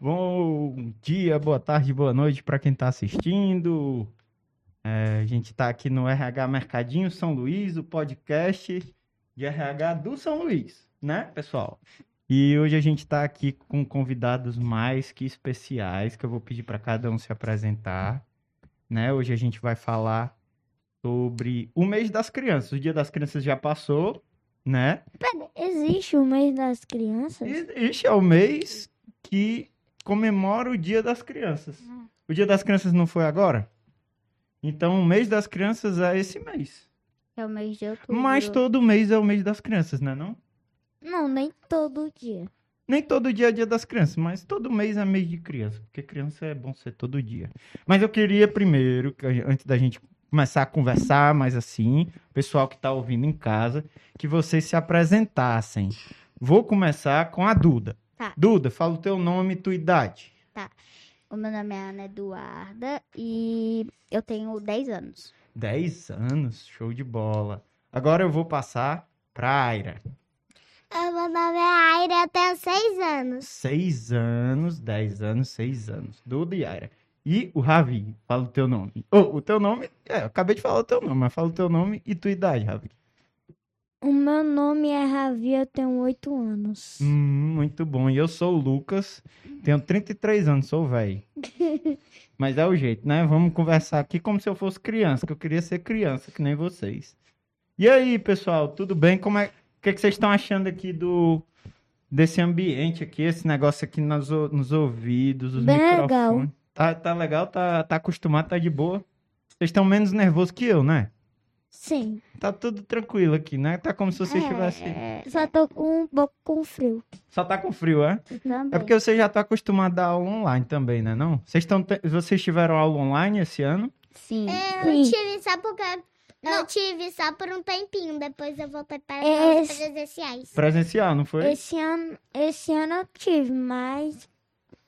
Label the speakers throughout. Speaker 1: Bom dia, boa tarde, boa noite para quem está assistindo. É, a gente está aqui no RH Mercadinho São Luís, o podcast de RH do São Luís, né, pessoal? E hoje a gente está aqui com convidados mais que especiais, que eu vou pedir para cada um se apresentar. Né? Hoje a gente vai falar sobre o mês das crianças. O dia das crianças já passou, né?
Speaker 2: Pera, existe o mês das crianças?
Speaker 1: E este é o mês que comemora o Dia das Crianças. O Dia das Crianças não foi agora? Então, o mês das crianças é esse mês.
Speaker 2: É o mês de outubro.
Speaker 1: Mas todo mês é o mês das crianças, né, não?
Speaker 2: Não, nem todo dia.
Speaker 1: Nem todo dia é dia das crianças, mas todo mês é mês de criança, porque criança é bom ser todo dia. Mas eu queria primeiro, que a- antes da gente começar a conversar mais assim, o pessoal que está ouvindo em casa, que vocês se apresentassem. Vou começar com a Duda.
Speaker 2: Tá.
Speaker 1: Duda, fala o teu nome e tua idade.
Speaker 2: O meu nome é Ana Eduarda e eu tenho 10 anos.
Speaker 1: 10 anos, show de bola. Agora eu vou passar pra Aira.
Speaker 2: meu nome é Aira, eu tenho 6 anos.
Speaker 1: 6 anos, 10 anos, 6 anos. Duda e Aira. E o Ravi, fala o teu nome. Ô, o teu nome, é, eu acabei de falar o teu nome, mas fala o teu nome e tua idade, Ravi.
Speaker 2: O meu nome é Ravi, eu tenho 8 anos.
Speaker 1: Hum, muito bom. E eu sou o Lucas, tenho 33 anos, sou velho. Mas é o jeito, né? Vamos conversar aqui como se eu fosse criança, que eu queria ser criança, que nem vocês. E aí, pessoal, tudo bem? Como é... O que, é que vocês estão achando aqui do desse ambiente aqui, esse negócio aqui nos, o- nos ouvidos, os
Speaker 2: Bem legal.
Speaker 1: microfones? Tá, tá legal? Tá, tá acostumado? Tá de boa? Vocês estão menos nervosos que eu, né?
Speaker 2: Sim.
Speaker 1: Tá tudo tranquilo aqui, né? Tá como se vocês estivessem...
Speaker 2: Só tô com um pouco com frio.
Speaker 1: Só tá com frio, é? É
Speaker 2: Também.
Speaker 1: porque você já está acostumado a aula online também, né? Não? Vocês, estão te- vocês tiveram aula online esse ano?
Speaker 2: Sim.
Speaker 3: É, Eu não tive só porque. Eu tive só por um tempinho, depois eu voltei para as
Speaker 2: É,
Speaker 3: aulas
Speaker 2: esse-
Speaker 3: presenciais.
Speaker 1: Presencial, não foi? Esse,
Speaker 2: Esse ano, esse ano eu tive, mas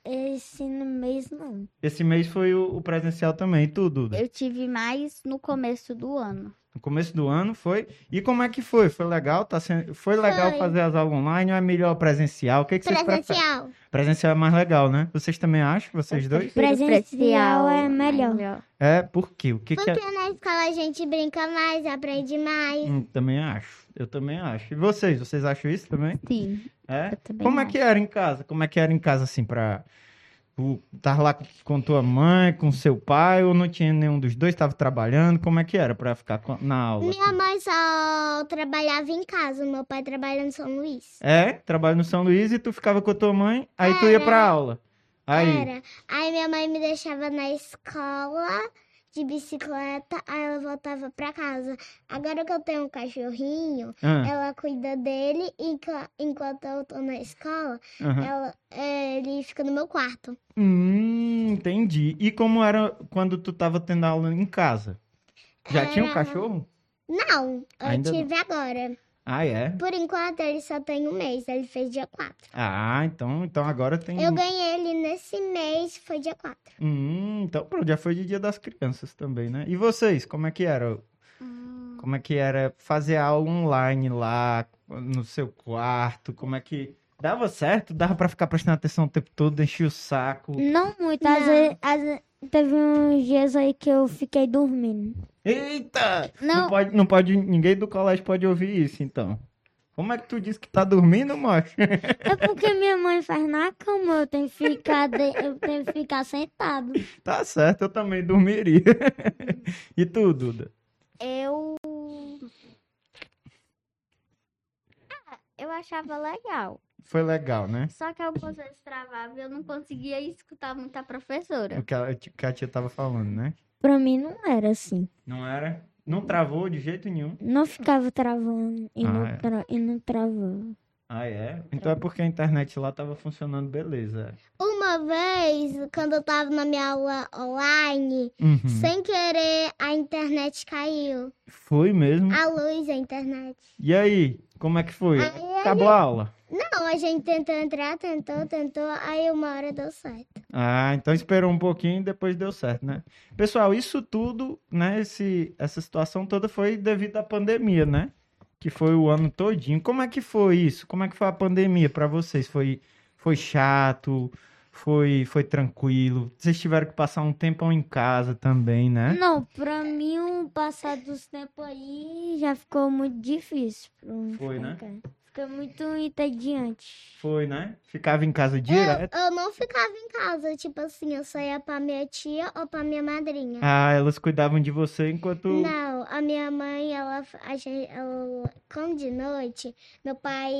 Speaker 2: esse mês não.
Speaker 1: mês foi o, o presencial também, e tu, Duda?
Speaker 4: Eu tive mais no começo do ano.
Speaker 1: No começo do ano foi. E como é que foi? Foi legal? Tá sendo... Foi legal
Speaker 3: Foi.
Speaker 1: fazer as aulas online ou é melhor presencial? O que, que vocês preferem?
Speaker 3: Presencial.
Speaker 1: Presencial é mais legal, né? Vocês também acham, vocês dois?
Speaker 2: Presencial é melhor.
Speaker 1: É, por quê? O que, que é.
Speaker 3: Porque na escola a gente brinca mais, aprende mais.
Speaker 1: Hum, também acho. Eu também acho. E vocês? Vocês acham isso também?
Speaker 4: Sim,
Speaker 1: É?
Speaker 4: eu também
Speaker 1: Como é
Speaker 4: acho.
Speaker 1: que era em casa? Como é que era em casa, assim, pra... Tu tava lá com- com tua mãe, com seu pai, ou não tinha nenhum dos dois, tava trabalhando? Como é que era pra ficar com- na aula? assim?
Speaker 3: Minha mãe só trabalhava em casa, meu pai trabalha no São Luís.
Speaker 1: É, trabalho no São Luís e tu ficava com a tua mãe, aí tu ia pra aula. Aí,
Speaker 3: Era. Aí minha mãe me deixava na escola de bicicleta, aí ela voltava pra casa. Agora que eu tenho um cachorrinho,
Speaker 1: ah,
Speaker 3: ela cuida dele e enqu- enquanto eu tô na escola,
Speaker 1: aham.
Speaker 3: ela, ele fica no meu quarto.
Speaker 1: Hum, entendi. E como era quando tu tava tendo aula em casa? Já tinha um
Speaker 3: Era-
Speaker 1: cachorro?
Speaker 3: Não, eu
Speaker 1: Ainda não.
Speaker 3: tive agora.
Speaker 1: Ah, é?
Speaker 3: Por enquanto ele só tem um mês, ele fez dia 4.
Speaker 1: Ah, então, então agora tem...
Speaker 3: Eu ganhei ele nesse mês, foi dia 4.
Speaker 1: Hum, então pronto, já foi de Dia das Crianças também, né? E vocês, como é que era? Como é que era fazer aula online lá no seu quarto? Como é que dava certo? Dava pra ficar prestando atenção o tempo todo, enchia o saco?
Speaker 2: Não muito, às
Speaker 3: Não.
Speaker 2: vezes, às vezes- teve uns dias aí que eu fiquei dormindo.
Speaker 1: Eita! Não,
Speaker 2: Não,
Speaker 1: pode, não pode, ninguém do colégio pode ouvir isso, então. Como é que tu disse que tá dormindo, macho?
Speaker 2: é porque minha mãe faz na cama, eu tenho que ficar, de- eu tenho que ficar sentado.
Speaker 1: Tá certo, eu também dormiria. E tu, Duda?
Speaker 4: Eu. Ah, eu achava legal.
Speaker 1: Foi legal, né?
Speaker 4: Só que algumas vezes travava e eu não conseguia escutar muito a professora.
Speaker 1: É O que a, o que a tia tava falando, né?
Speaker 2: Pra mim não era assim.
Speaker 1: Não era? Não travou de jeito nenhum.
Speaker 2: Não ficava travando e,
Speaker 1: Ah, é.
Speaker 2: não, tra... e não travava.
Speaker 1: Ah, é? Então é porque a internet lá tava funcionando beleza.
Speaker 3: Uma vez, quando eu tava na minha aula online,
Speaker 1: Hum. Uhum.
Speaker 3: sem querer, a internet caiu.
Speaker 1: Foi mesmo.
Speaker 3: A luz, a internet.
Speaker 1: E aí, como é que foi?
Speaker 3: Ah. Aí,
Speaker 1: Acabou a aula.
Speaker 3: Não, a gente tentou entrar, tentou, tentou, aí uma hora deu certo.
Speaker 1: Ah, então esperou um pouquinho e depois deu certo, né? Pessoal, isso tudo, né? Esse, essa situação toda foi devido à pandemia, né? Que foi o ano todinho. Como é que foi isso? Como é que foi a pandemia pra vocês? Foi, foi chato? Foi, foi tranquilo. Vocês tiveram que passar um tempão em casa também, né?
Speaker 2: Não, pra mim o passar dos tempos aí já ficou muito difícil. pra mim
Speaker 1: Foi,
Speaker 2: ficar em
Speaker 1: né?
Speaker 2: casa. Ficou muito entediante.
Speaker 1: Foi, né? Ficava em casa direto.
Speaker 3: Eu não ficava em casa, tipo assim, eu só ia pra minha tia ou pra minha madrinha.
Speaker 1: Ah, hum. elas cuidavam de você enquanto.
Speaker 3: Não, a minha mãe, ela, fa- a gente, ela, quando de noite, meu pai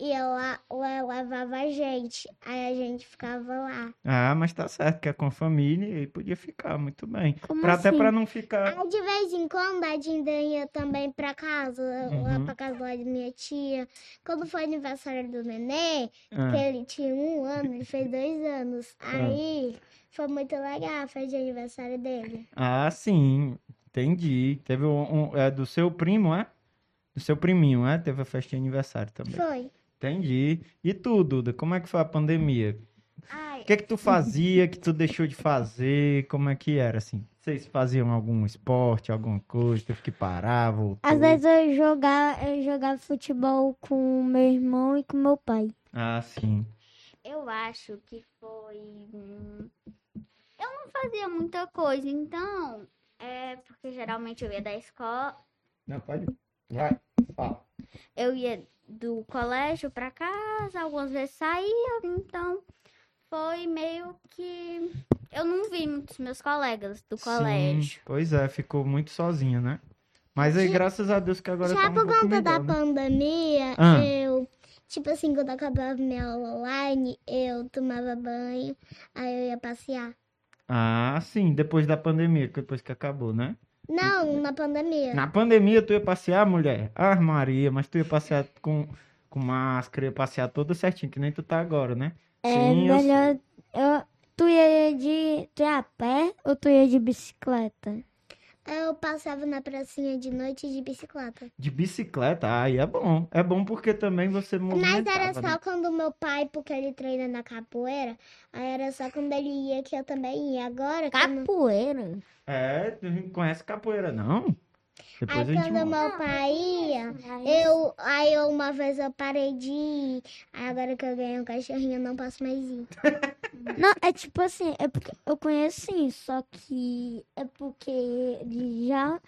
Speaker 3: ia lá, lá levava a gente, aí a gente ficava lá.
Speaker 1: Ah, mas tá certo que é com a família e podia ficar muito bem.
Speaker 2: Como
Speaker 1: Pra,
Speaker 2: assim?
Speaker 1: Até pra não ficar.
Speaker 3: Aí de vez em quando a Dinda ia também pra casa, lá
Speaker 1: Uhum.
Speaker 3: pra casa lá de minha tia. Quando foi aniversário do nenê,
Speaker 1: Ah,
Speaker 3: que ele tinha um ano, ele fez dois anos. Aí foi muito legal, foi de aniversário dele.
Speaker 1: Ah, sim. Entendi. Teve um, um- É do seu primo, é? Do seu priminho, é? Teve a festa de aniversário também.
Speaker 3: Foi.
Speaker 1: Entendi. E tu, Duda, como é que foi a pandemia?
Speaker 4: Ai,
Speaker 1: O que é que tu fazia, que tu deixou de fazer? Como é que era, assim? Vocês faziam algum esporte, alguma coisa? Teve que parar, voltou?
Speaker 2: Às vezes eu jogava, eu jogava futebol com meu irmão e com meu pai.
Speaker 1: Ah, sim.
Speaker 4: eu acho que foi. hum, Eu não fazia muita coisa, então. É porque geralmente eu ia da escola.
Speaker 1: Não, pode. Vai. Fala.
Speaker 4: Eu ia do colégio pra casa, algumas vezes saía, então foi meio que. Eu não vi muitos meus colegas do
Speaker 1: Sim,
Speaker 4: colégio.
Speaker 1: pois é, ficou muito sozinha, né? Mas aí, graças a Deus que agora
Speaker 3: Já
Speaker 1: tá um
Speaker 3: por
Speaker 1: pouco
Speaker 3: conta da
Speaker 1: melhor, né?
Speaker 3: pandemia,
Speaker 1: Ah.
Speaker 3: eu, tipo assim, quando acabava minha aula online, eu tomava banho, aí eu ia passear.
Speaker 1: Ah, sim, depois da pandemia, depois que acabou, né?
Speaker 3: Não, na pandemia.
Speaker 1: Na pandemia, tu ia passear, mulher? Ah, Maria, mas tu ia passear com, com máscara, ia passear toda certinho, que nem tu tá agora, né?
Speaker 2: É
Speaker 1: Sim, eu sei.
Speaker 2: melhor. eu- tu ia de. Tu ia a pé ou tu ia de bicicleta?
Speaker 3: Eu passava na pracinha de noite de bicicleta.
Speaker 1: De bicicleta, aí é bom. É bom porque também você
Speaker 3: Mas
Speaker 1: movimentava,
Speaker 3: era
Speaker 1: né?
Speaker 3: só quando meu pai, porque ele treina na capoeira, aí era só quando ele ia que eu também ia.
Speaker 1: Ah,
Speaker 3: Agora, quando,
Speaker 2: Capoeira.
Speaker 1: É, tu não conhece capoeira, não?
Speaker 3: aí
Speaker 1: Depois a gente
Speaker 3: quando
Speaker 1: mostra.
Speaker 3: meu pai ia, eu, aí eu, uma vez eu parei de ir. Aí agora que eu ganhei um cachorrinho, eu não posso mais ir.
Speaker 2: Não, é tipo assim, é porque eu conheço sim, só que é porque ele já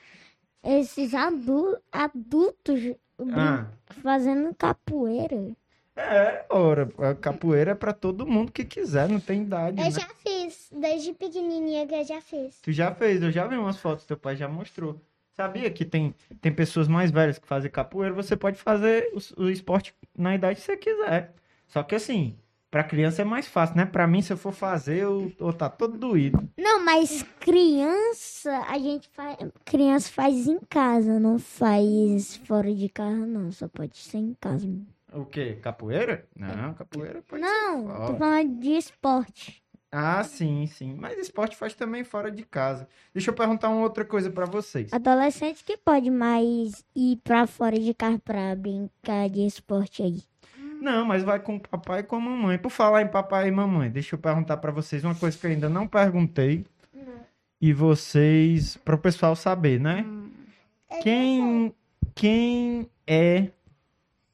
Speaker 2: esses adu- adultos brin-
Speaker 1: Ah,
Speaker 2: fazendo capoeira.
Speaker 1: é, ora, a capoeira é pra todo mundo que quiser, não tem idade, né?
Speaker 3: Eu já fiz, desde pequenininha que eu já fiz.
Speaker 1: Tu já fez, eu já vi umas fotos, teu pai já mostrou. Sabia que tem, tem pessoas mais velhas que fazem capoeira, você pode fazer o, o esporte na idade que você quiser. Só que assim, pra criança é mais fácil, né? Pra mim, se eu for fazer, eu, eu tá todo doído.
Speaker 2: Não, mas criança, a gente faz, criança faz em casa, não faz fora de casa não, só pode ser em casa.
Speaker 1: O quê? Capoeira? Não, capoeira pode ser
Speaker 2: Não,
Speaker 1: fora.
Speaker 2: tô falando de esporte.
Speaker 1: Ah, sim, sim. Mas esporte faz também fora de casa. Deixa eu perguntar uma outra coisa pra vocês.
Speaker 2: Adolescente que pode mais ir pra fora de casa pra brincar de esporte aí.
Speaker 1: Não, mas vai com o papai e com a mamãe. Por falar em papai e mamãe, deixa eu perguntar pra vocês uma coisa que eu ainda não perguntei. E vocês, para o pessoal saber, né? Quem, quem é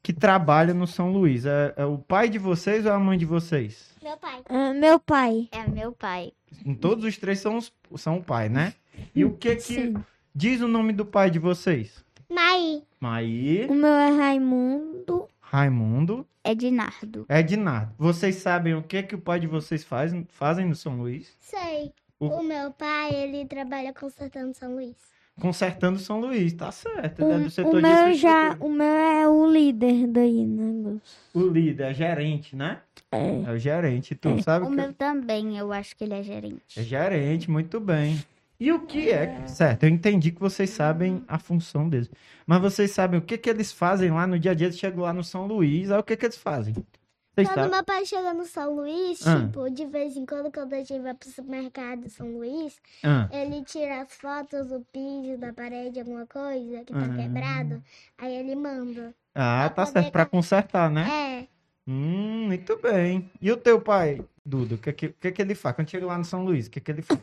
Speaker 1: que trabalha no São Luís? É, é o pai de vocês ou é a mãe de vocês?
Speaker 3: Meu pai.
Speaker 2: Ah, meu pai,
Speaker 4: É meu pai.
Speaker 1: Todos os três são, os- são o pai, né? E o que que
Speaker 2: sim.
Speaker 1: diz o nome do pai de vocês?
Speaker 3: Mas
Speaker 1: Maí,
Speaker 2: O meu é Raimundo. é
Speaker 1: Raimundo,
Speaker 4: Ednardo.
Speaker 1: Ednardo. Vocês sabem o que que o pai de vocês faz, fazem no São Luís?
Speaker 3: sei.
Speaker 1: O-
Speaker 3: O meu pai, ele trabalha consertando São Luís.
Speaker 1: Consertando São Luís, tá certo.
Speaker 2: O,
Speaker 1: né? Do setor
Speaker 2: o
Speaker 1: de
Speaker 2: meu já,
Speaker 1: infraestrutura.
Speaker 2: o meu é o líder daí, né?
Speaker 1: O líder, é gerente, né?
Speaker 2: É.
Speaker 1: É o gerente. Tu sabe
Speaker 4: O
Speaker 1: que-
Speaker 4: meu também, eu acho que ele é gerente.
Speaker 1: É gerente, muito bem. E o que é? Certo, eu entendi que vocês sabem a função deles. Mas vocês sabem o que, que eles fazem lá no dia a dia? Eles chegam lá no São Luís, aí o que, que eles fazem? Vocês
Speaker 3: Quando
Speaker 1: sabem?
Speaker 3: meu pai chega no São Luís,
Speaker 1: Ah.
Speaker 3: tipo, de vez em quando, quando a gente vai pro supermercado de São Luís,
Speaker 1: Ah,
Speaker 3: ele tira as fotos do piso, da parede, alguma coisa que tá
Speaker 1: Ah.
Speaker 3: quebrado, aí ele manda.
Speaker 1: Ah, tá certo, pra consertar, né?
Speaker 3: É,
Speaker 1: Hum, muito bem. E o teu pai, Dudo, o que, que, o que, que ele faz? Quando chega lá no São Luís, o que, que ele faz?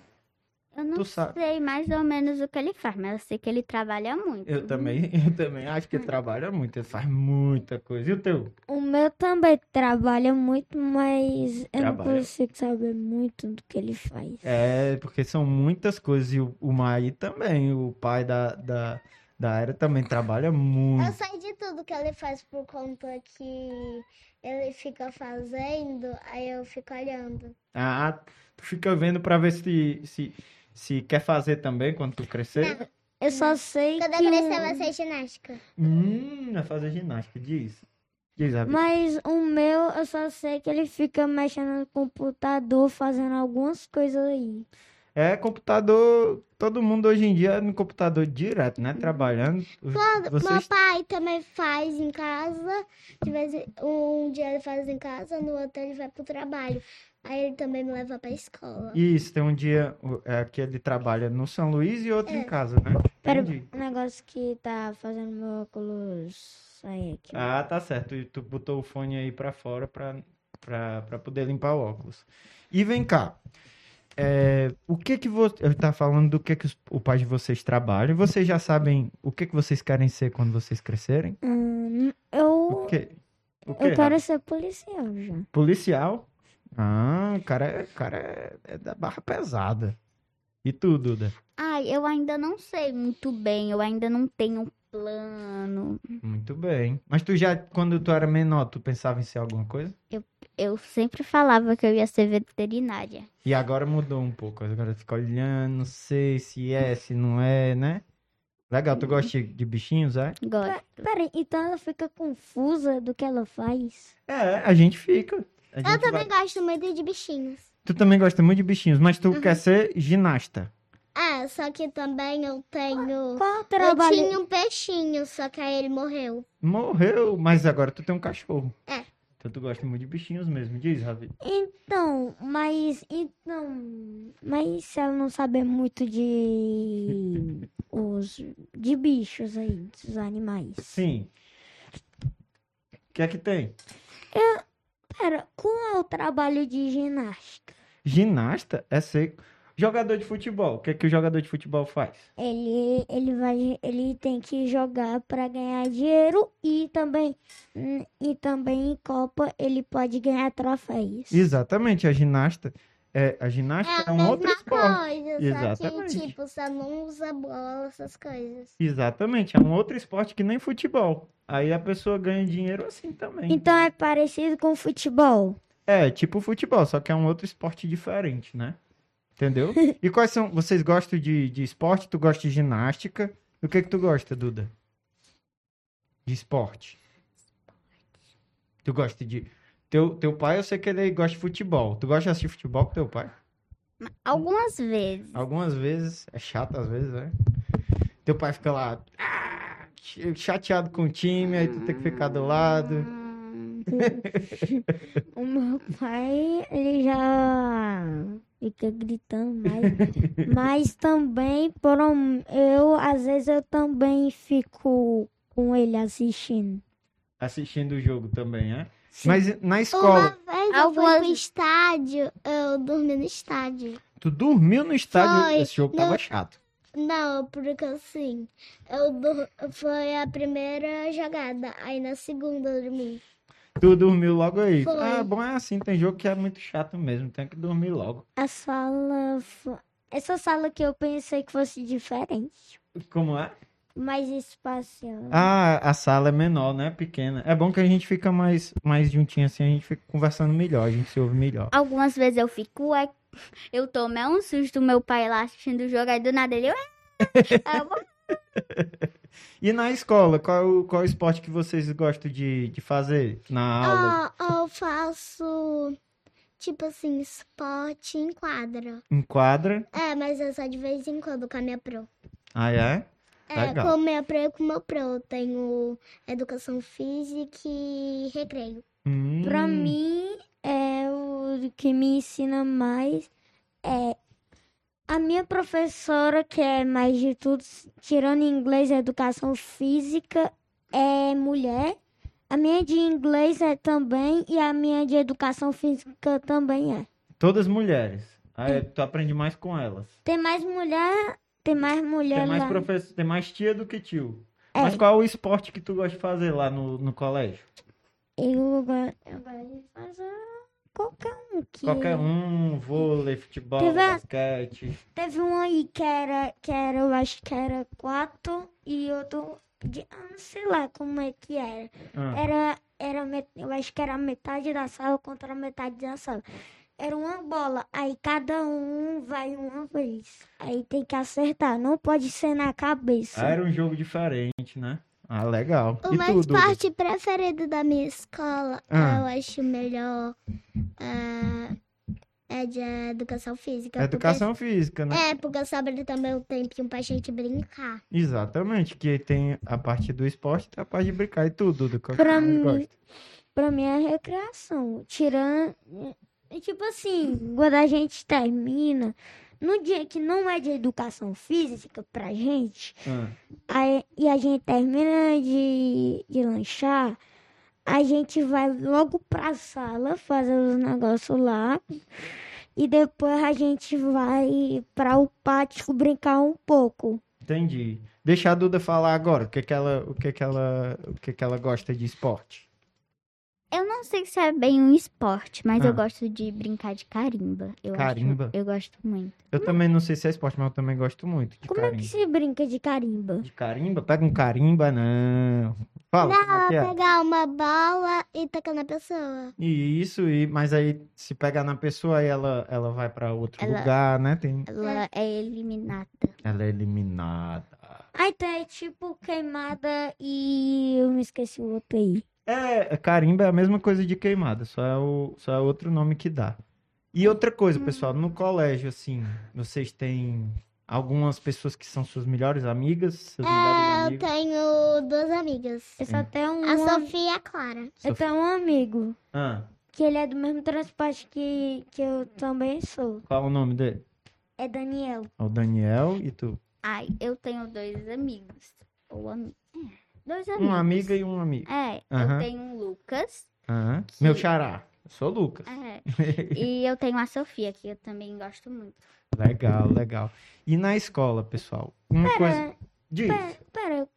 Speaker 4: Eu não
Speaker 1: Tu sabe.
Speaker 4: sei mais ou menos o que ele faz, mas eu sei que ele trabalha muito.
Speaker 1: Eu também, eu também acho que ele trabalha muito, ele faz muita coisa. E o teu?
Speaker 2: O meu também trabalha muito, mas eu não
Speaker 1: Trabalha.
Speaker 2: consigo saber muito do que ele faz.
Speaker 1: É, porque são muitas coisas. E o, o Maí também, o pai da, da, da Era também trabalha
Speaker 3: Eu
Speaker 1: muito.
Speaker 3: sei de tudo que ele faz por conta que ele fica fazendo, aí eu fico olhando.
Speaker 1: Ah, tu fica vendo pra ver se, se, se quer fazer também quando tu crescer.
Speaker 2: Eu
Speaker 4: Uhum.
Speaker 2: só sei
Speaker 3: Quando eu
Speaker 2: que
Speaker 3: crescer,
Speaker 2: um-
Speaker 3: vai ser ginástica.
Speaker 1: Hum, vai fazer ginástica, diz. Diz, Abi.
Speaker 2: Mas o meu, eu só sei que ele fica mexendo no computador, fazendo algumas coisas aí.
Speaker 1: É, computador, todo mundo hoje em dia é no computador direto, né? Trabalhando.
Speaker 3: Meu
Speaker 1: Vocês,
Speaker 3: pai também faz em casa. De vez em- um dia ele faz em casa, no outro ele vai pro trabalho. Aí ele também me leva pra escola.
Speaker 1: isso, tem um dia o- é, que ele trabalha no São Luís e outro em casa, né?
Speaker 2: É. Pera, um
Speaker 1: Entendi.
Speaker 2: o negócio que tá fazendo meu óculos sair aqui.
Speaker 1: Ah, tá certo. E tu botou o fone aí pra fora pra, pra, pra poder limpar o óculos. E vem cá. É, o que que você. Eu tava falando do que que os, o pai de vocês trabalha. Vocês já sabem o que que vocês querem ser quando vocês crescerem?
Speaker 2: Hum,
Speaker 1: O
Speaker 2: eu,
Speaker 1: quê? O quê?
Speaker 2: eu quero ser policial já.
Speaker 1: Policial? Ah, o cara, é, o cara é, é da barra pesada. E tu, Duda?
Speaker 4: Ai, eu ainda não sei muito bem, eu ainda não tenho um plano.
Speaker 1: Muito bem. Mas tu já, quando tu era menor, tu pensava em ser alguma coisa?
Speaker 4: Eu sempre falava que eu ia ser veterinária.
Speaker 1: E agora mudou um pouco. Agora fica olhando, não sei se é, se não é, né? Legal, tu gosta de- de bichinhos, é?
Speaker 4: Gosto.
Speaker 2: Peraí, então ela fica confusa do que ela faz?
Speaker 1: É, a gente fica. A gente
Speaker 3: Eu também
Speaker 1: vai-
Speaker 3: gosto muito de bichinhos.
Speaker 1: Tu também gosta muito de bichinhos, mas
Speaker 3: Uhum.
Speaker 1: tu quer ser ginasta.
Speaker 3: Ah, só que também eu tenho.
Speaker 2: Qual é o
Speaker 3: Eu
Speaker 2: trabalho?
Speaker 3: tinha um peixinho, só que aí ele morreu.
Speaker 1: Morreu, mas agora tu tem um cachorro.
Speaker 3: É.
Speaker 1: Então tu gosta muito de bichinhos mesmo, diz, Ravi.
Speaker 2: Então, mas então, mas se ela não saber muito de os de bichos aí, dos animais.
Speaker 1: Sim. O que é que tem?
Speaker 2: Pera, qual é o trabalho de ginástica?
Speaker 1: Ginasta é ser jogador de futebol. O que é que o jogador de futebol faz?
Speaker 2: Ele ele vai ele tem que jogar pra ganhar dinheiro e também hum, e também em Copa ele pode ganhar troféus.
Speaker 1: Exatamente, a ginasta é a ginasta é,
Speaker 3: É a
Speaker 1: um
Speaker 3: mesma
Speaker 1: outro esporte.
Speaker 3: coisa,
Speaker 1: Exatamente.
Speaker 3: só que, tipo, só não usa bola, essas coisas.
Speaker 1: Exatamente, é um outro esporte que nem futebol. Aí a pessoa ganha dinheiro assim também.
Speaker 2: Então é parecido com futebol.
Speaker 1: É, tipo futebol, só que é um outro esporte diferente, né? Entendeu? E quais são. Vocês gostam de, de esporte? Tu gosta de ginástica? O que que tu gosta, Duda? De esporte. Tu gosta de. Teu, teu pai, eu sei que ele gosta de futebol. Tu gosta de assistir futebol com teu pai?
Speaker 4: Algumas vezes.
Speaker 1: Algumas vezes, é chato às vezes, né? Teu pai fica lá ah, ch- chateado com o time, aí tu tem que ficar do lado.
Speaker 4: Hum,
Speaker 2: O meu pai, ele já fica gritando mais. Mas também, por um, eu, às vezes, eu também fico com ele assistindo.
Speaker 1: Assistindo o jogo também, né?
Speaker 2: Sim.
Speaker 1: Mas na escola,
Speaker 3: Uma vez eu fui
Speaker 4: Algumas-
Speaker 3: pro estádio, eu dormi no estádio.
Speaker 1: tu dormiu no estádio,
Speaker 3: Foi,
Speaker 1: esse jogo
Speaker 3: não-
Speaker 1: tava chato.
Speaker 3: Não, porque assim, eu dor- foi a primeira jogada, aí na segunda eu dormi.
Speaker 1: Tu dormiu logo aí.
Speaker 3: Foi.
Speaker 1: Ah, bom, é assim, tem jogo que é muito chato mesmo, tem que dormir logo.
Speaker 2: A sala. fo- Essa sala que eu pensei que fosse diferente,
Speaker 1: Como é?
Speaker 3: Ah.
Speaker 2: mais espacial.
Speaker 1: Ah, a sala é menor, né? Pequena. É bom que a gente fica mais, mais juntinho assim, a gente fica conversando melhor, a gente se ouve melhor.
Speaker 4: Algumas vezes eu fico, ué, eu tomei um susto, meu pai lá assistindo o jogo, aí do nada ele, ué, é Aí eu,
Speaker 1: E na escola, qual, é o- qual é o esporte que vocês gostam de, de fazer na aula?
Speaker 3: Ah, eu faço, tipo assim, esporte em quadra.
Speaker 1: Em quadra?
Speaker 3: É, mas é só de vez em quando com a minha pro.
Speaker 1: Ah, é?
Speaker 3: É,
Speaker 1: Legal.
Speaker 3: com a minha pro e com o meu pro. Eu tenho educação física e recreio.
Speaker 1: Hum,
Speaker 2: Pra mim, é o que me ensina mais é a minha professora, que é mais de tudo, tirando inglês e educação física, é mulher. A minha de inglês é também e a minha de educação física também é.
Speaker 1: Todas mulheres. Ah,
Speaker 2: Hum.
Speaker 1: é, tu aprende mais com elas.
Speaker 2: Tem mais mulher, tem mais mulher
Speaker 1: Tem mais,
Speaker 2: lá.
Speaker 1: professor, tem mais tia do que tio.
Speaker 2: É.
Speaker 1: Mas qual é o esporte que tu gosta de fazer lá no, no colégio?
Speaker 2: Eu gosto
Speaker 3: Eu gosto de fazer.
Speaker 2: qualquer um que
Speaker 1: Qualquer um, vôlei, futebol,
Speaker 2: Teve a-
Speaker 1: basquete.
Speaker 2: Teve um aí que era, que era, eu acho que era quatro e outro de, ah, não sei lá como é que era.
Speaker 1: Ah,
Speaker 2: Era, era, met- eu acho que era metade da sala contra a metade da sala. Era uma bola, aí cada um vai uma vez. Aí tem que acertar, não pode ser na
Speaker 1: Ah,
Speaker 2: cabeça.
Speaker 1: era um jogo diferente, né? Ah, legal.
Speaker 3: O
Speaker 1: e
Speaker 3: meu
Speaker 1: tudo?
Speaker 3: esporte preferido da minha escola,
Speaker 1: Ah.
Speaker 3: eu acho melhor, ah, é de educação física. porque-
Speaker 1: Educação física, né?
Speaker 3: É, porque sobra também um tempinho pra gente brincar.
Speaker 1: Exatamente, que tem a parte do esporte tem a parte de brincar e tudo. Do que eu
Speaker 2: Pra
Speaker 1: mais
Speaker 2: mim-
Speaker 1: gosto.
Speaker 2: Pra mim é recreação. Tirando. é Tipo assim, quando a gente termina, no dia que não é de educação física pra gente,
Speaker 1: Ah,
Speaker 2: Aí- e a gente termina de, de lanchar, a gente vai logo pra sala fazer os negócios lá. E depois a gente vai pra o pátio brincar um pouco.
Speaker 1: entendi. Deixa a Duda falar agora o que, que ela, o que, que ela, o que, que ela gosta de esporte.
Speaker 4: Eu não sei se é bem um esporte, mas
Speaker 1: Ah.
Speaker 4: eu gosto de brincar de carimba. Eu acho-
Speaker 1: Carimba?
Speaker 4: eu gosto muito.
Speaker 1: Eu também não sei se é esporte, mas eu também gosto muito de
Speaker 2: Como é
Speaker 1: carimba.
Speaker 2: que se brinca de carimba?
Speaker 1: De carimba? Pega um carimba, não. Fala, como é que é?
Speaker 3: Pegar uma bola e tacar na pessoa.
Speaker 1: E isso, e, mas aí se pegar na pessoa, aí ela, ela vai pra outro
Speaker 4: Ela-
Speaker 1: lugar, né? Tem...
Speaker 4: Ela é eliminada.
Speaker 1: Ela é eliminada.
Speaker 2: Ah, então é tipo queimada e eu me esqueci o outro aí.
Speaker 1: É, carimba é a mesma coisa de queimada, só é, o, só é outro nome que dá. E outra coisa, pessoal, no colégio, assim, vocês têm algumas pessoas que são suas melhores amigas, seus melhores
Speaker 3: É, eu
Speaker 1: amigos.
Speaker 3: tenho duas amigas.
Speaker 2: Eu só tenho um,
Speaker 4: Ah,
Speaker 3: A
Speaker 2: am-
Speaker 3: Sofia e a Clara.
Speaker 2: eu tenho um amigo,
Speaker 1: Ah,
Speaker 2: que ele é do mesmo transporte que, que eu também sou.
Speaker 1: qual é o nome dele?
Speaker 2: É Daniel.
Speaker 1: É O Daniel e tu.
Speaker 4: Ai, eu tenho dois amigos. Ou amigos. Dois amigos.
Speaker 1: Uma amiga e um amigo.
Speaker 4: É,
Speaker 1: Aham.
Speaker 4: eu tenho o Lucas.
Speaker 1: Aham.
Speaker 4: Que-
Speaker 1: Meu xará, eu sou o Lucas.
Speaker 2: Ah.
Speaker 4: é, e eu tenho a Sofia, que eu também gosto muito.
Speaker 1: Legal, legal. E na escola, pessoal? Uma coisa. Diz.
Speaker 2: Pera, pera.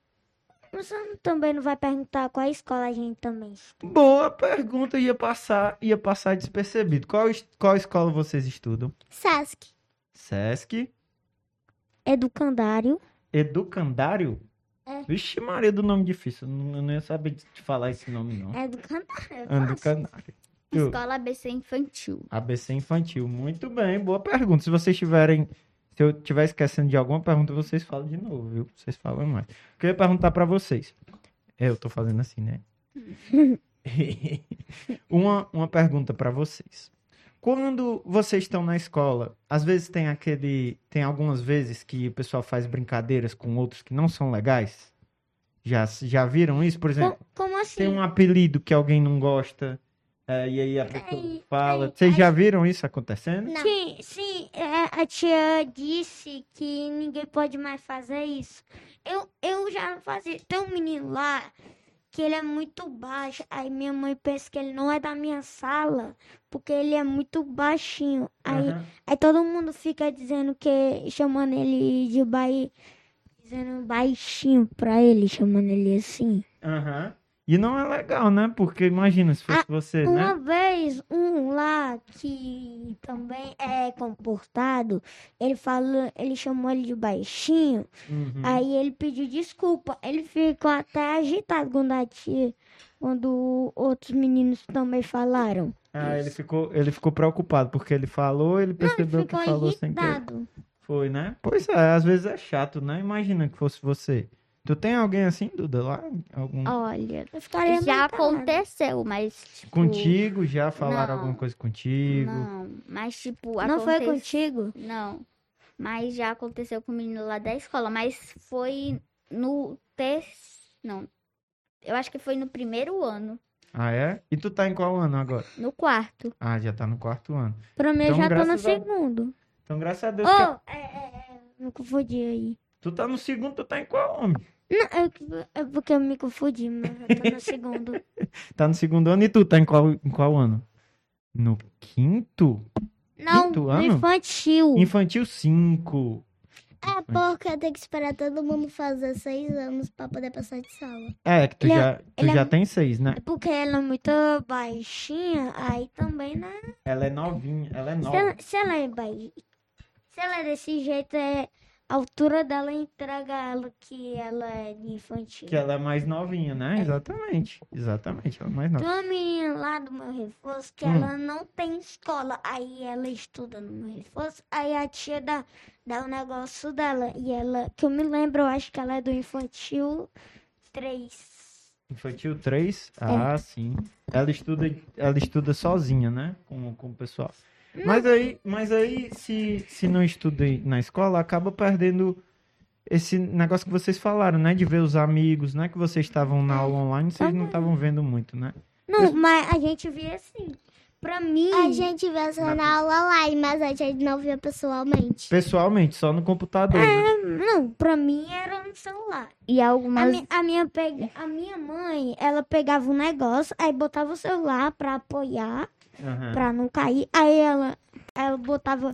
Speaker 2: Você não- também não vai perguntar qual escola a gente também.
Speaker 1: Boa pergunta, ia passar, ia passar despercebido. Qual, es- qual escola vocês estudam?
Speaker 3: Sesc.
Speaker 1: Sesc,
Speaker 2: É Educandário.
Speaker 1: Educandário? Vixe, Maria, do nome difícil. Eu não, eu não ia saber de- de falar esse nome,
Speaker 2: É
Speaker 1: não.
Speaker 2: Educandário.
Speaker 1: Ah, Educandário. Tu,
Speaker 4: Escola ABC Infantil.
Speaker 1: ABC Infantil. Muito bem, boa pergunta. Se vocês tiverem. Se eu estiver esquecendo de alguma pergunta, vocês falam de novo, viu? Vocês falam mais. O que eu ia perguntar pra vocês. É, Eu tô fazendo assim, né? uma, uma pergunta pra vocês. Quando vocês estão na escola, às vezes tem aquele. Tem algumas vezes que o pessoal faz brincadeiras com outros que não são legais. Já, já viram isso? Por exemplo,
Speaker 2: Co- como assim?
Speaker 1: tem um apelido que alguém não gosta. é, e aí a pessoa
Speaker 2: Ai,
Speaker 1: fala.
Speaker 2: ai,
Speaker 1: Vocês
Speaker 2: ai.
Speaker 1: já viram isso acontecendo?
Speaker 3: Não.
Speaker 2: Sim, sim, é, a tia disse que ninguém pode mais fazer isso. Eu, eu já não fazia. Tem um menino lá que ele é muito baixo. Aí minha mãe pensa que ele não é da minha sala, porque ele é muito baixinho. Aí
Speaker 1: Aham.
Speaker 2: Aí todo mundo fica dizendo que. chamando ele de bai. dizendo baixinho pra ele, chamando ele assim.
Speaker 1: Aham. E não é legal, né? Porque imagina se fosse você, né?
Speaker 2: Uma vez, um lá que também é comportado, ele falou, ele chamou ele de baixinho,
Speaker 1: Uhum.
Speaker 2: aí ele pediu desculpa. Ele ficou até agitado quando a tia, quando outros meninos também falaram.
Speaker 1: Ah, ele ficou, ele ficou preocupado, porque ele falou, ele percebeu que
Speaker 2: Ficou
Speaker 1: falou sem querer.
Speaker 2: agitado.
Speaker 1: Foi, né? Pois é, às vezes é chato, né? Imagina que fosse você. Tu tem alguém assim, Duda, lá? Algum...
Speaker 4: Olha,
Speaker 2: Eu ficaria
Speaker 4: já
Speaker 2: muito calada.
Speaker 4: aconteceu, mas tipo...
Speaker 1: Contigo? Já falaram
Speaker 4: Não.
Speaker 1: alguma coisa contigo?
Speaker 4: Não, mas tipo...
Speaker 2: Não foi
Speaker 4: aconteceu-
Speaker 2: contigo?
Speaker 4: Não. Mas já aconteceu com o menino lá da escola, mas foi no terceiro. Não. Eu acho que foi no primeiro ano,
Speaker 1: Ah, é? E tu tá em qual ano agora?
Speaker 4: no quarto.
Speaker 1: Ah, já tá no quarto ano.
Speaker 2: Pra mim, eu
Speaker 1: Então,
Speaker 2: já tô no
Speaker 1: graças a-
Speaker 2: segundo.
Speaker 1: Então, graças a Deus, que...
Speaker 2: Oh, é, é, é, me confundi aí.
Speaker 1: tu tá no segundo, tu tá em qual homem?
Speaker 2: Não, é, que- é porque eu me confundi, mas eu tô no segundo.
Speaker 1: Tá no segundo ano e tu tá em qual, em qual ano? No quinto?
Speaker 5: Não,
Speaker 1: Quinto
Speaker 3: No
Speaker 1: ano?
Speaker 3: infantil.
Speaker 1: Infantil 5.
Speaker 2: É porque eu tenho que esperar todo mundo fazer seis anos pra poder passar de sala.
Speaker 1: É, que tu
Speaker 3: Ele é-
Speaker 1: já, tu
Speaker 3: ele é-
Speaker 1: já tem 6, né?
Speaker 3: É Porque ela é muito baixinha, aí também, né?
Speaker 1: Ela é novinha, ela é
Speaker 3: Se
Speaker 1: nova.
Speaker 3: ela, se ela é baixinha, se ela é desse jeito, é, a altura dela entrega ela que ela é de infantil.
Speaker 1: Que ela é mais novinha, né? Exatamente. Exatamente, ela é mais
Speaker 3: Tem
Speaker 1: nova.
Speaker 3: uma menina lá do meu reforço que
Speaker 1: Hum.
Speaker 3: ela não tem escola, aí ela estuda no meu reforço, aí a tia dá, dá o negócio dela, e ela, que eu me lembro, eu acho que ela é do infantil 3.
Speaker 1: Infantil 3.
Speaker 5: É.
Speaker 1: Ah, sim. Ela estuda, ela estuda sozinha, né? Com, com o pessoal. Mas aí, mas aí se, se não estuda aí na escola, acaba perdendo esse negócio que vocês falaram, né? De ver os amigos, né? Que vocês estavam na aula online, vocês não estavam vendo muito, né?
Speaker 3: Não, mas a gente via assim, pra mim...
Speaker 2: A gente vê só
Speaker 1: Dá
Speaker 2: na aula online, mas a gente não vê pessoalmente.
Speaker 1: Pessoalmente, só no computador. né?
Speaker 3: Não, pra mim era no celular.
Speaker 5: E
Speaker 3: A,
Speaker 5: algumas.
Speaker 3: mi- a minha pega- a minha mãe, ela pegava um negócio, aí botava o celular pra apoiar,
Speaker 5: É.
Speaker 1: Aham.
Speaker 3: pra não cair. Aí ela, ela botava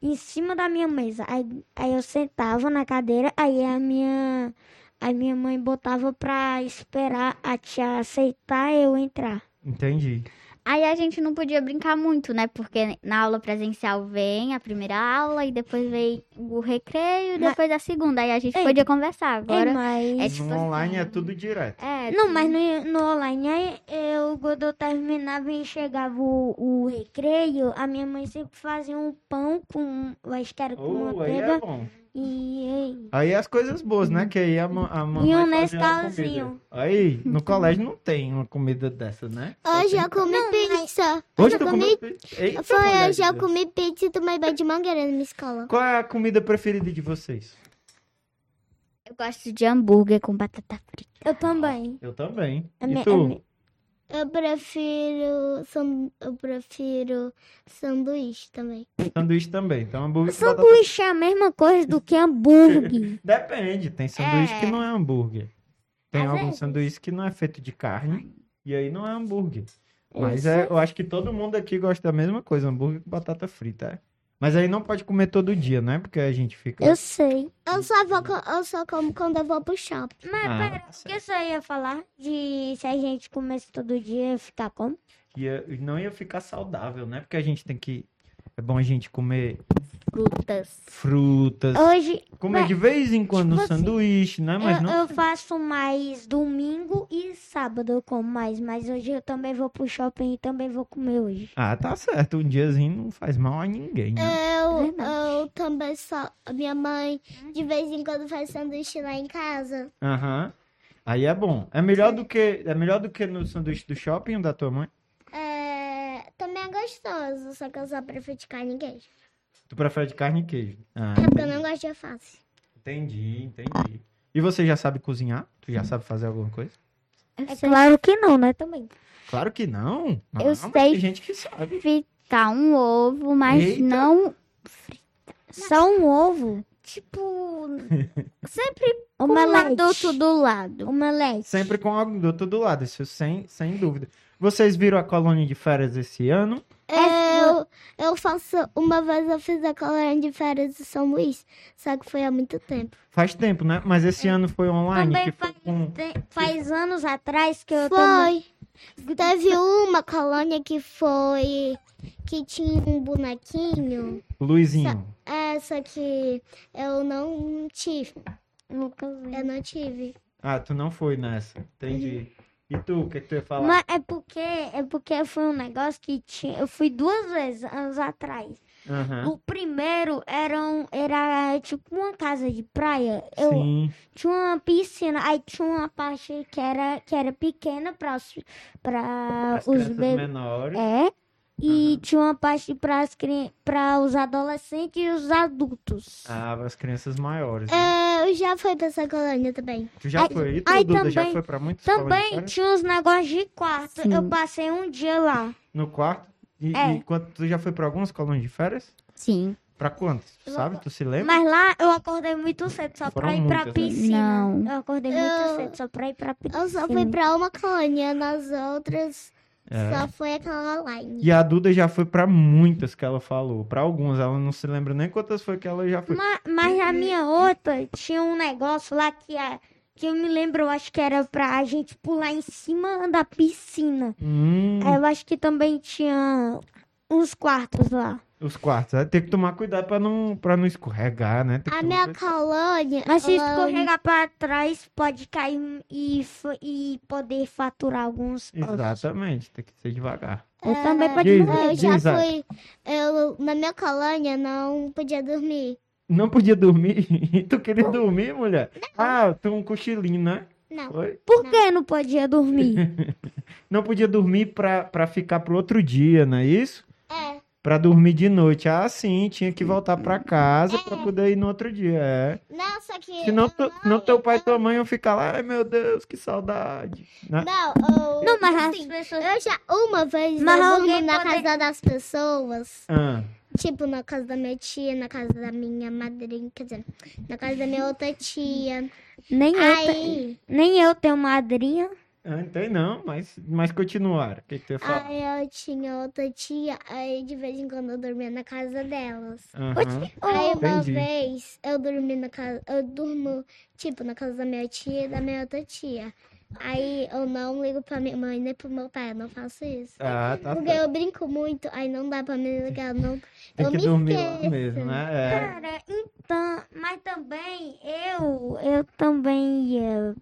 Speaker 3: em cima da minha mesa. Aí, aí eu sentava na cadeira, aí a minha, a minha mãe botava pra esperar a tia aceitar eu entrar.
Speaker 1: Entendi.
Speaker 5: Aí a gente não podia brincar muito, né? Porque na aula presencial vem a primeira aula e depois vem o recreio e
Speaker 3: Mas-
Speaker 5: depois a segunda. Aí a gente
Speaker 3: Ei,
Speaker 5: podia conversar.
Speaker 3: Ei,
Speaker 5: Agora.
Speaker 3: mas-
Speaker 5: É tipo
Speaker 1: no
Speaker 5: assim-
Speaker 1: online é tudo direto.
Speaker 5: É,
Speaker 3: Não, mas no, no online, aí eu, quando eu terminava e chegava o, o recreio, a minha mãe sempre fazia um pão com, eu acho que era com
Speaker 1: Oh, aí
Speaker 3: manteiga
Speaker 1: é bom.
Speaker 3: e,
Speaker 1: Aí as coisas boas, né? Que aí a, ma- a mamãe fazia
Speaker 3: um
Speaker 1: uma
Speaker 3: Nescauzinho.
Speaker 1: comida. Aí, no colégio não tem uma comida dessa, né? Só
Speaker 2: Hoje
Speaker 1: tem-
Speaker 2: eu comi pizza.
Speaker 1: Hoje
Speaker 2: eu
Speaker 1: tu
Speaker 2: comi-
Speaker 1: comeu pi- Eita,
Speaker 2: Foi,
Speaker 1: mulher
Speaker 2: hoje
Speaker 1: de
Speaker 2: eu
Speaker 1: Deus.
Speaker 2: comi pizza e tomei banho de mangueira na minha escola.
Speaker 1: Qual é a comida preferida de vocês?
Speaker 5: eu gosto de hambúrguer com batata frita.
Speaker 3: eu também.
Speaker 1: Eu também.
Speaker 3: É
Speaker 1: e
Speaker 3: me-
Speaker 1: tu?
Speaker 3: é me-
Speaker 2: Eu prefiro. san- Eu prefiro sanduíche também.
Speaker 1: Sanduíche também. Então, hambúrguer com batata-
Speaker 3: é Sanduíche é a mesma coisa do que hambúrguer.
Speaker 1: Depende. Tem sanduíche
Speaker 5: É.
Speaker 1: que não é hambúrguer. Tem
Speaker 3: Às
Speaker 1: algum
Speaker 3: vezes.
Speaker 1: sanduíche que não é feito de carne. E aí não é hambúrguer. Mas é- eu acho que todo mundo aqui gosta da mesma coisa. Hambúrguer com batata frita. é. Mas aí não pode comer todo dia, né? Porque a gente fica...
Speaker 3: Eu sei.
Speaker 2: Eu só, vou, co- eu só como quando eu vou pro shopping.
Speaker 3: Mas
Speaker 1: Ah,
Speaker 3: pera,
Speaker 1: tá
Speaker 3: o que eu só ia falar de se a gente comesse todo dia ficar como?
Speaker 1: ia, não ia ficar saudável, né? Porque a gente tem que. É bom a gente comer
Speaker 5: Frutas.
Speaker 1: frutas,
Speaker 3: Hoje
Speaker 1: comer
Speaker 3: ué,
Speaker 1: de vez em quando um
Speaker 3: Ah, tipo assim, é.
Speaker 1: sanduíche, né? Mas
Speaker 3: eu,
Speaker 1: não.
Speaker 3: eu faço mais domingo e sábado eu como mais, mas hoje eu também vou pro shopping e também vou comer hoje.
Speaker 1: Ah, tá certo. Um diazinho não faz mal a ninguém, né?
Speaker 3: É
Speaker 2: Eu,
Speaker 5: Verdade.
Speaker 2: eu também só. a Minha mãe de vez em quando faz sanduíche lá em casa.
Speaker 1: Aham. Aí é bom. É melhor do que é melhor do que no sanduíche do shopping ou da tua mãe?
Speaker 2: É, também é gostoso, só que eu só prefiro de carne e queijo.
Speaker 1: Tu prefere de carne e queijo. Ah,
Speaker 2: É porque eu não gosto de alface.
Speaker 1: entendi, entendi. E você já sabe cozinhar? Tu já sabe fazer alguma coisa?
Speaker 5: Eu
Speaker 3: É
Speaker 5: sei
Speaker 3: claro que não, né? Também.
Speaker 1: Claro que não. Não,
Speaker 5: Eu
Speaker 1: mas
Speaker 5: sei.
Speaker 1: Tem gente que sabe.
Speaker 3: tá
Speaker 5: fritar um ovo, mas
Speaker 1: Eita.
Speaker 5: não.
Speaker 3: Só um ovo.
Speaker 5: Tipo. sempre com um
Speaker 3: Omelete.
Speaker 5: adulto do lado.
Speaker 3: Omelete.
Speaker 1: Sempre com algo do outro do lado, isso sem, sem dúvida. Vocês viram a colônia de férias esse ano?
Speaker 2: É,
Speaker 3: É
Speaker 2: Eu, eu faço. Uma vez eu fiz a colônia de férias de São Luís, só que foi há muito tempo.
Speaker 1: Faz tempo, né? Mas esse ano foi online,
Speaker 3: Também
Speaker 1: que foi
Speaker 3: faz,
Speaker 1: com...
Speaker 3: tem- faz anos atrás que eu também.
Speaker 2: Foi. Teve uma colônia que foi. que tinha um bonequinho.
Speaker 1: Luizinho.
Speaker 2: É, só que eu não tive.
Speaker 3: Nunca vi.
Speaker 2: Eu não tive.
Speaker 1: Ah, tu não foi nessa. Entendi. E tu, o que, que tu ia falar?
Speaker 2: Ah,
Speaker 3: Mas é porque, é porque foi um negócio que tinha. Eu fui duas vezes anos atrás.
Speaker 1: Aham.
Speaker 3: O primeiro era, um- era tipo uma casa de praia. Eu
Speaker 1: Sim.
Speaker 3: tinha uma piscina, aí tinha uma parte que era, que era pequena para os, pra
Speaker 1: As
Speaker 3: os
Speaker 1: crianças
Speaker 3: bebês.
Speaker 1: menores.
Speaker 3: É. E
Speaker 1: Aham.
Speaker 3: tinha uma parte para os adolescentes e os adultos.
Speaker 1: Ah, as crianças maiores. né?
Speaker 2: É, eu já fui pra essa colônia também.
Speaker 1: Tu já
Speaker 3: Ai,
Speaker 1: foi? E tu,
Speaker 3: ai,
Speaker 1: Duda, já
Speaker 3: É, também-
Speaker 1: foi pra muitas colônias de
Speaker 3: Também
Speaker 1: férias?
Speaker 3: tinha uns negócios de quarto.
Speaker 5: Sim.
Speaker 3: Eu passei um dia lá.
Speaker 1: No quarto? E,
Speaker 3: É.
Speaker 1: e quanto, tu já foi pra algumas colônias de férias?
Speaker 5: Sim.
Speaker 1: Pra quantos? Tu sabe? Tu se lembra?
Speaker 3: Mas lá eu acordei muito cedo só
Speaker 1: É? Foram
Speaker 3: pra ir pra
Speaker 1: muitas, né?
Speaker 3: piscina.
Speaker 5: Não.
Speaker 3: Eu acordei
Speaker 2: Eu-
Speaker 3: muito cedo só pra ir pra piscina.
Speaker 2: Eu só fui pra uma colônia, nas outras
Speaker 1: É.
Speaker 2: Só foi aquela online.
Speaker 1: E a Duda já foi pra muitas que ela falou. Pra algumas, ela não se lembra nem quantas foi que ela já foi.
Speaker 3: Ma- Mas, a minha outra tinha um negócio lá que, a- que eu me lembro, eu acho que era pra gente pular em cima da piscina.
Speaker 1: Hum,
Speaker 3: Eu acho que também tinha uns quartos lá.
Speaker 1: os quartos. Aí Tem que tomar cuidado pra não, pra não escorregar, né? Tem que
Speaker 2: A
Speaker 1: tomar
Speaker 2: minha
Speaker 1: cuidado.
Speaker 2: colônia.
Speaker 3: Mas se
Speaker 2: ela-
Speaker 3: escorregar pra trás, pode cair e, fa- e poder faturar alguns.
Speaker 2: Hum.
Speaker 3: ossos.
Speaker 1: Exatamente, tem que ser devagar.
Speaker 3: Ou
Speaker 2: Ah.
Speaker 3: também pode
Speaker 1: Diz-
Speaker 3: morrer.
Speaker 2: é, Eu já
Speaker 1: Diz, Isaac.
Speaker 2: fui. Eu, na minha colônia não podia dormir.
Speaker 1: Não podia dormir? E tu queria dormir, mulher? Ah, tu um cochilinho, né?
Speaker 2: Não.
Speaker 1: Foi?
Speaker 3: Por que não podia dormir?
Speaker 1: Não podia dormir pra, pra ficar pro outro dia, não é isso?
Speaker 2: É.
Speaker 1: Pra dormir de noite. Ah, sim, tinha que voltar pra casa pra poder ir no outro dia, é.
Speaker 2: Não, só que.
Speaker 1: Senão,
Speaker 2: eu
Speaker 1: tu, senão teu pai e tua mãe iam ficar lá, ai meu Deus, que saudade. Né?
Speaker 2: Não, eu-
Speaker 3: não, mas as
Speaker 2: assim,
Speaker 3: pessoas.
Speaker 2: Eu já, uma vez,
Speaker 3: Mas
Speaker 2: eu dormi
Speaker 3: alguém
Speaker 2: na
Speaker 3: pode-
Speaker 2: casa das pessoas.
Speaker 1: Ah,
Speaker 2: Tipo, na casa da minha tia, na casa da minha madrinha, quer dizer, na casa da minha outra tia.
Speaker 3: Nem eu, te-
Speaker 2: Aí,
Speaker 3: nem eu tenho madrinha.
Speaker 1: ah, não tem não, mas, mas continuaram. O que, que tu ia falar?
Speaker 2: aí eu tinha outra tia, aí de vez em quando eu dormia na casa delas.
Speaker 1: Aham.
Speaker 2: Aí uma
Speaker 1: Ah, Entendi.
Speaker 2: vez eu dormi na casa, eu durmo, tipo, na casa da minha tia e da minha outra tia. Aí eu não ligo pra minha mãe nem pro meu pai, eu não faço isso.
Speaker 3: é
Speaker 1: Ah, tá
Speaker 2: Porque
Speaker 1: certo.
Speaker 2: eu brinco muito, aí não dá pra me ligar, não.
Speaker 1: Tem
Speaker 2: eu
Speaker 1: que
Speaker 2: me
Speaker 1: dormir lá
Speaker 2: esqueço.
Speaker 1: mesmo, né? É.
Speaker 3: Cara, então, mas também eu, eu também ia.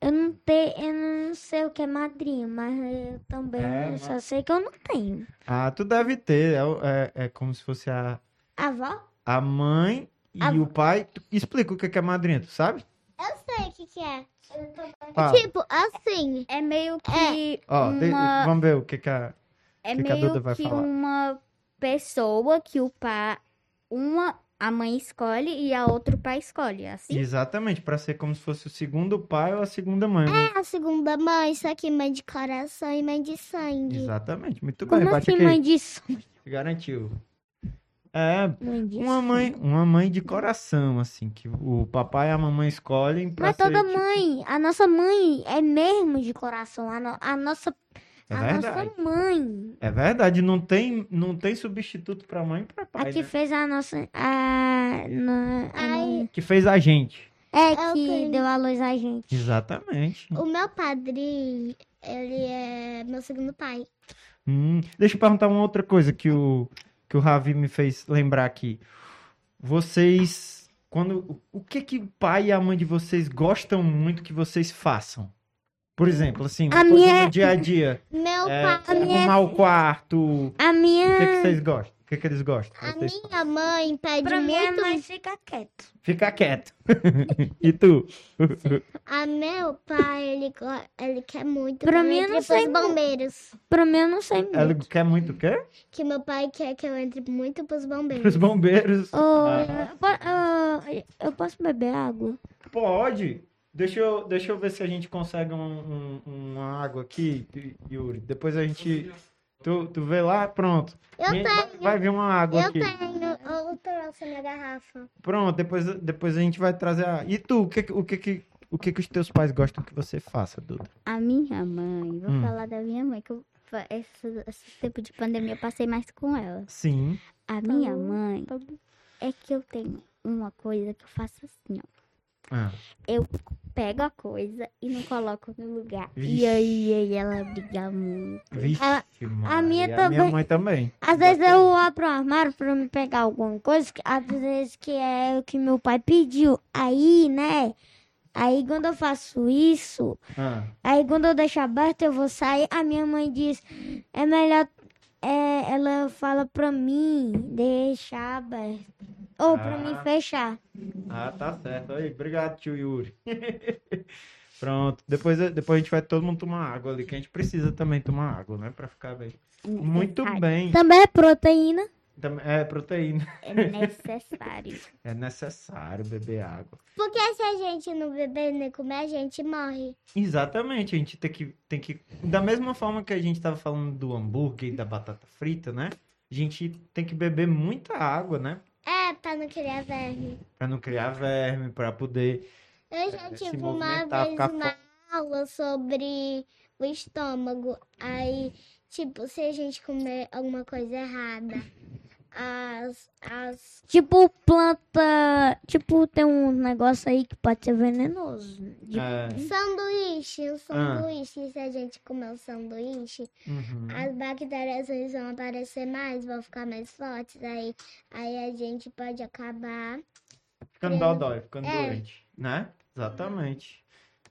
Speaker 3: Eu não tenho, eu não sei o que é madrinha, mas eu também
Speaker 1: É,
Speaker 3: eu
Speaker 1: mas-
Speaker 3: só sei que eu não tenho.
Speaker 1: Ah, tu deve ter. É, o- é- é como se fosse a,
Speaker 3: A avó?
Speaker 1: a mãe e
Speaker 3: A-
Speaker 1: o pai. Tu- explica o que que é madrinha, tu sabe?
Speaker 2: Eu sei o que, que é.
Speaker 1: Fala.
Speaker 2: Tipo, assim.
Speaker 6: É meio que
Speaker 1: Ó, de-
Speaker 6: uma...
Speaker 1: vamos ver o que que a...
Speaker 6: É
Speaker 1: que que a
Speaker 6: meio
Speaker 1: Duda vai
Speaker 6: que
Speaker 1: falar?
Speaker 6: uma pessoa que o pai... Uma... A mãe escolhe e a outra o pai escolhe, assim?
Speaker 1: Exatamente, pra ser como se fosse o segundo pai ou a segunda mãe. né?
Speaker 2: É a segunda mãe, só que mãe de coração e mãe de sangue.
Speaker 1: Exatamente, muito bem,
Speaker 3: Como
Speaker 1: bate
Speaker 3: assim,
Speaker 1: aqui.
Speaker 3: mãe de sonho?
Speaker 1: Garantiu. É,
Speaker 3: Mãe de
Speaker 1: uma
Speaker 3: sonho.
Speaker 1: mãe, uma mãe de coração, assim, que o papai e a mamãe escolhem pra
Speaker 3: Mas
Speaker 1: ser...
Speaker 3: toda
Speaker 1: tipo-
Speaker 3: mãe, a nossa mãe é mesmo de coração. A, no- a nossa,
Speaker 1: É
Speaker 3: a
Speaker 1: verdade.
Speaker 3: nossa mãe,
Speaker 1: É verdade, não tem, não tem substituto pra mãe e pra
Speaker 3: a
Speaker 1: pai,
Speaker 3: que
Speaker 1: né?
Speaker 3: fez a nossa. A, na- a
Speaker 2: Ai.
Speaker 1: Que fez a gente.
Speaker 3: É
Speaker 2: Eu
Speaker 3: que
Speaker 2: tenho.
Speaker 3: deu a luz a gente.
Speaker 1: Exatamente.
Speaker 2: O meu padrinho, ele é meu segundo pai.
Speaker 1: Hum, deixa eu perguntar uma outra coisa que o, que o Ravi me fez lembrar aqui. Vocês, quando, o que que o pai e a mãe de vocês gostam muito que vocês façam? Por exemplo, assim, uma
Speaker 3: A
Speaker 1: coisa
Speaker 3: minha-
Speaker 1: no dia a dia,
Speaker 2: Meu
Speaker 1: é,
Speaker 2: pai.
Speaker 3: minha-
Speaker 1: arrumar o quarto,
Speaker 3: A minha.
Speaker 1: o que que vocês gostam? O que que eles gostam?
Speaker 2: A
Speaker 1: Vocês-
Speaker 2: minha mãe pede
Speaker 3: Pra mim,
Speaker 2: muito.
Speaker 3: mas fica quieto.
Speaker 1: Fica quieto. E tu?
Speaker 2: A meu pai, ele, go- ele quer muito.
Speaker 3: Pra
Speaker 2: que eu
Speaker 3: mim, eu não
Speaker 2: entre
Speaker 3: sei
Speaker 2: pros
Speaker 3: não.
Speaker 2: bombeiros.
Speaker 3: Pra mim, eu não sei muito.
Speaker 1: Ela quer muito o quê?
Speaker 2: Que meu pai quer que eu entre muito pros bombeiros.
Speaker 1: Os bombeiros.
Speaker 3: Ô,
Speaker 1: Ah,
Speaker 3: eu, po- ah, eu posso beber água?
Speaker 1: Pode. Deixa eu, deixa eu ver se a gente consegue um- um- uma água aqui, Yuri. Depois a gente. Tu, tu vê lá? Pronto.
Speaker 2: Eu
Speaker 1: Gente, vai- Vai vir uma água
Speaker 2: Eu
Speaker 1: aqui.
Speaker 2: tenho. Eu trouxe minha garrafa.
Speaker 1: Pronto, depois, depois a gente vai trazer a. E tu, o que, que- o que, que, o que, que os teus pais gostam que você faça, Duda?
Speaker 6: A minha mãe, vou
Speaker 1: Hum.
Speaker 6: falar da minha mãe, que eu, fa- esse, esse tempo de pandemia eu passei mais com ela.
Speaker 1: Sim.
Speaker 6: A minha
Speaker 3: Falou,
Speaker 6: mãe
Speaker 3: falou.
Speaker 6: é que eu tenho uma coisa que eu faço assim, ó.
Speaker 1: Ah,
Speaker 6: Pego a coisa e não coloco no lugar.
Speaker 1: Vixe.
Speaker 6: E aí, aí ela briga muito.
Speaker 1: vixe, Maria.
Speaker 3: a minha
Speaker 1: minha
Speaker 3: também.
Speaker 1: mãe também.
Speaker 3: Às vezes eu abro o armário pra me pegar alguma coisa, que, às vezes que é o que meu pai pediu. Aí, né? Aí quando eu faço isso,
Speaker 1: Ah,
Speaker 3: aí quando eu deixo aberto, eu vou sair. A minha mãe diz: é melhor. é, ela fala pra mim deixar aberto. Ou pra mim
Speaker 1: Ah.
Speaker 3: fechar.
Speaker 1: ah, tá certo. Aí, obrigado, tio Yuri. Pronto. Depois, depois a gente vai todo mundo tomar água ali, que a gente precisa também tomar água, né? Pra ficar bem.
Speaker 6: É
Speaker 1: Muito
Speaker 6: necessário.
Speaker 1: bem.
Speaker 3: Também é proteína.
Speaker 1: Tam- É proteína.
Speaker 6: É necessário.
Speaker 1: É necessário beber água.
Speaker 2: Porque se a gente não beber nem comer, a gente morre.
Speaker 1: Exatamente, a gente tem que, tem que. Da mesma forma que a gente tava falando do hambúrguer e da batata frita, né? A gente tem que beber muita água, né?
Speaker 2: É, pra não criar verme.
Speaker 1: Pra não criar verme, pra poder.
Speaker 2: Eu já
Speaker 1: É, se
Speaker 2: tive uma
Speaker 1: movimentar,
Speaker 2: vez
Speaker 1: ficar
Speaker 2: uma aula sobre
Speaker 7: o estômago. Aí, tipo, se a gente comer alguma coisa errada, as. as
Speaker 3: Tipo planta. Tipo, tem um negócio aí que pode ser venenoso. De-
Speaker 1: É, Ah.
Speaker 7: sanduíche, um sanduíche, se a gente comer um sanduíche,
Speaker 1: uhum.
Speaker 7: as bactérias eles vão aparecer mais, vão ficar mais fortes. Aí, aí a gente pode acabar.
Speaker 1: Ficando dodói, ficando
Speaker 7: É.
Speaker 1: doente, né? Exatamente.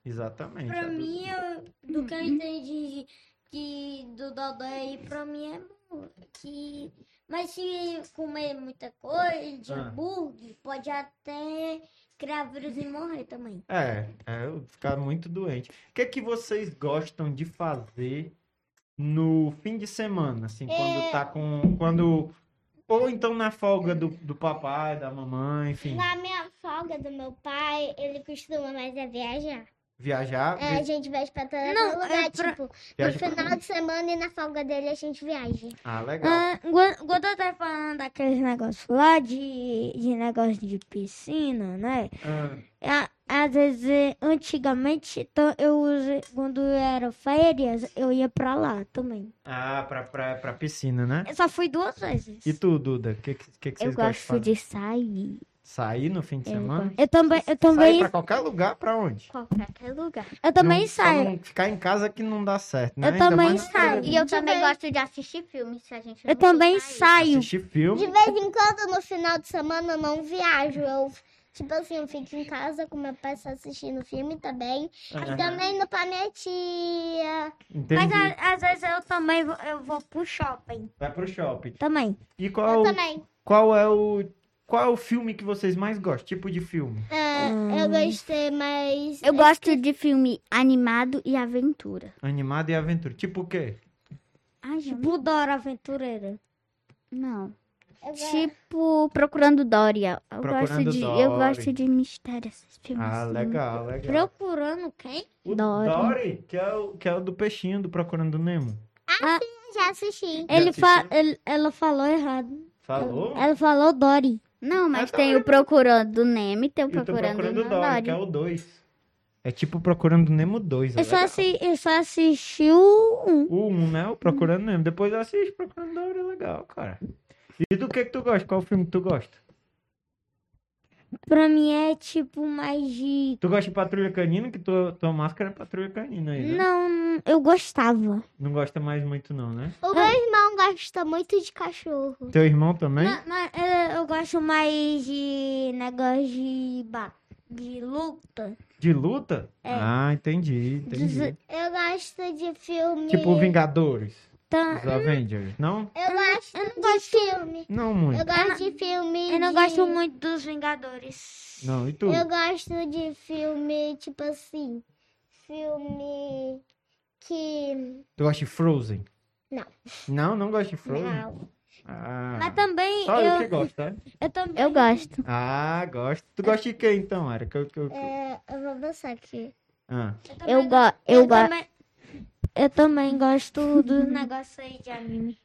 Speaker 1: Exatamente.
Speaker 3: Pra
Speaker 1: Arthur.
Speaker 3: mim, eu- do que eu entendi que do Dodói aí, pra mim é bom, que Mas se comer muita coisa, de
Speaker 1: Ah.
Speaker 7: tipo
Speaker 3: hambúrguer, pode até criar vírus e morrer também.
Speaker 1: É, é, eu ficar muito doente. O que é que vocês gostam de fazer no fim de semana, assim,
Speaker 7: É.
Speaker 1: quando tá com, quando ou então na folga do, do papai, da mamãe, enfim,
Speaker 7: Na minha folga do meu pai, ele costuma mais é viajar.
Speaker 1: viajar,
Speaker 7: É, a
Speaker 1: vi-
Speaker 7: gente viaja pra todo
Speaker 3: Não,
Speaker 7: lugar,
Speaker 3: é pra-
Speaker 7: tipo,
Speaker 1: viaja
Speaker 7: no final de semana e na folga dele a gente viaja.
Speaker 1: Ah, legal.
Speaker 3: Ah, quando- quando eu tava falando daqueles negócios lá de, de negócio de piscina, né?
Speaker 1: Ah,
Speaker 3: A- Às vezes, eh, antigamente, então, eu usei- quando era férias, eu ia pra lá também.
Speaker 1: ah, pra, pra, pra piscina, né?
Speaker 3: Eu só fui duas vezes.
Speaker 1: E tu, Duda, o que, que, que que
Speaker 2: Eu
Speaker 1: vocês gostam de fazer?
Speaker 2: gosto de sair.
Speaker 1: Sair no fim de semana?
Speaker 3: É, Eu também, eu
Speaker 1: Sair
Speaker 3: também,
Speaker 1: pra qualquer lugar, pra onde?
Speaker 2: Qualquer lugar.
Speaker 3: eu também
Speaker 1: Não- só
Speaker 3: saio.
Speaker 1: não ficar em casa que não dá certo, né?
Speaker 3: Eu
Speaker 1: Ainda
Speaker 3: também
Speaker 1: mais na
Speaker 3: saio.
Speaker 1: pandemia.
Speaker 2: E eu
Speaker 7: Muito
Speaker 2: também
Speaker 7: bem.
Speaker 2: gosto de assistir filmes, se a gente não for
Speaker 3: Eu também
Speaker 2: sair.
Speaker 3: saio.
Speaker 1: Assistir filme.
Speaker 7: De vez em quando, no final de semana, eu não viajo. Eu, tipo assim, eu fico em casa com meu pai só assistindo filme também.
Speaker 1: Aham,
Speaker 7: E também no pra minha tia.
Speaker 1: Entendi.
Speaker 3: a- às vezes eu também vou, eu vou pro shopping.
Speaker 1: Vai pro shopping.
Speaker 3: Também.
Speaker 1: E
Speaker 7: Eu
Speaker 1: qual,
Speaker 7: também.
Speaker 1: qual é o qual é o filme que vocês mais gostam? Tipo de filme?
Speaker 7: É, Eu gostei, mas.
Speaker 2: Eu gosto de filme animado e aventura.
Speaker 1: Animado e aventura. Tipo o quê?
Speaker 2: Ai, tipo,
Speaker 3: Tipo Dora Aventureira.
Speaker 2: não.
Speaker 7: Eu go-
Speaker 2: Tipo, Procurando Dória. Eu
Speaker 1: Procurando
Speaker 2: gosto de,
Speaker 1: Dory.
Speaker 2: eu gosto de mistério esses
Speaker 3: Tipo
Speaker 2: filmes.
Speaker 1: Ah,
Speaker 2: assim.
Speaker 1: legal, legal.
Speaker 3: Procurando quem?
Speaker 1: O
Speaker 2: Dory.
Speaker 1: Dory, que é o, que é o do peixinho, do Procurando Nemo.
Speaker 7: Eu já assisti.
Speaker 1: Já
Speaker 3: Ele fa
Speaker 1: assistiu?
Speaker 3: ele- ela falou errado.
Speaker 1: Falou?
Speaker 3: Ela falou Dory.
Speaker 2: Não, mas
Speaker 1: É
Speaker 2: tem o Procurando Nemo e tem o
Speaker 1: Eu tô
Speaker 2: Procurando,
Speaker 1: Então, Procurando Dory,
Speaker 2: Dory.
Speaker 1: que é o 2. É tipo Procurando Nemo 2. é
Speaker 3: Eu só,
Speaker 1: legal.
Speaker 3: assi eu só assisti o um.
Speaker 1: O 1, um, né? O Procurando Nemo. Depois assiste Procurando Dory, é legal, cara. E do que que tu gosta? Qual filme que tu gosta?
Speaker 3: Pra mim é tipo mais de.
Speaker 1: Tu gosta de Patrulha Canina? Que tua, tua máscara é Patrulha Canina aí, né?
Speaker 3: Não, eu gostava.
Speaker 1: Não gosta mais muito não, né?
Speaker 7: O meu irmão gosta muito de cachorro.
Speaker 1: Teu irmão também?
Speaker 3: Não, mas eu, eu gosto mais de negócio de, ba- de luta.
Speaker 1: De luta? Ah, entendi, entendi.
Speaker 3: Dizer-
Speaker 7: Eu gosto de filme.
Speaker 1: Tipo Vingadores,
Speaker 3: Então,
Speaker 1: os Avengers, não?
Speaker 7: Eu gosto de filme.
Speaker 1: Não
Speaker 7: Eu
Speaker 1: muito.
Speaker 7: gosto de
Speaker 1: um
Speaker 7: filme.
Speaker 3: Eu não
Speaker 7: de-
Speaker 3: gosto muito dos Vingadores.
Speaker 1: Não, e tu?
Speaker 7: Eu gosto de filme, tipo assim. Filme que.
Speaker 1: Tu gosta de Frozen?
Speaker 7: Não.
Speaker 1: Não, não gosta de Frozen?
Speaker 7: Não.
Speaker 1: Ah,
Speaker 3: Mas também
Speaker 1: só eu... que
Speaker 3: eu,
Speaker 1: gosto, né?
Speaker 3: eu também
Speaker 2: Eu gosto.
Speaker 1: Ah, gosto. Tu gosta de quem então, Ara? Que, eu- que, eu- que...
Speaker 7: É, eu vou pensar aqui.
Speaker 1: Ah,
Speaker 3: também
Speaker 2: Eu,
Speaker 3: go-
Speaker 2: go eu gosto.
Speaker 3: também, eu também gosto dos negócios aí de anime.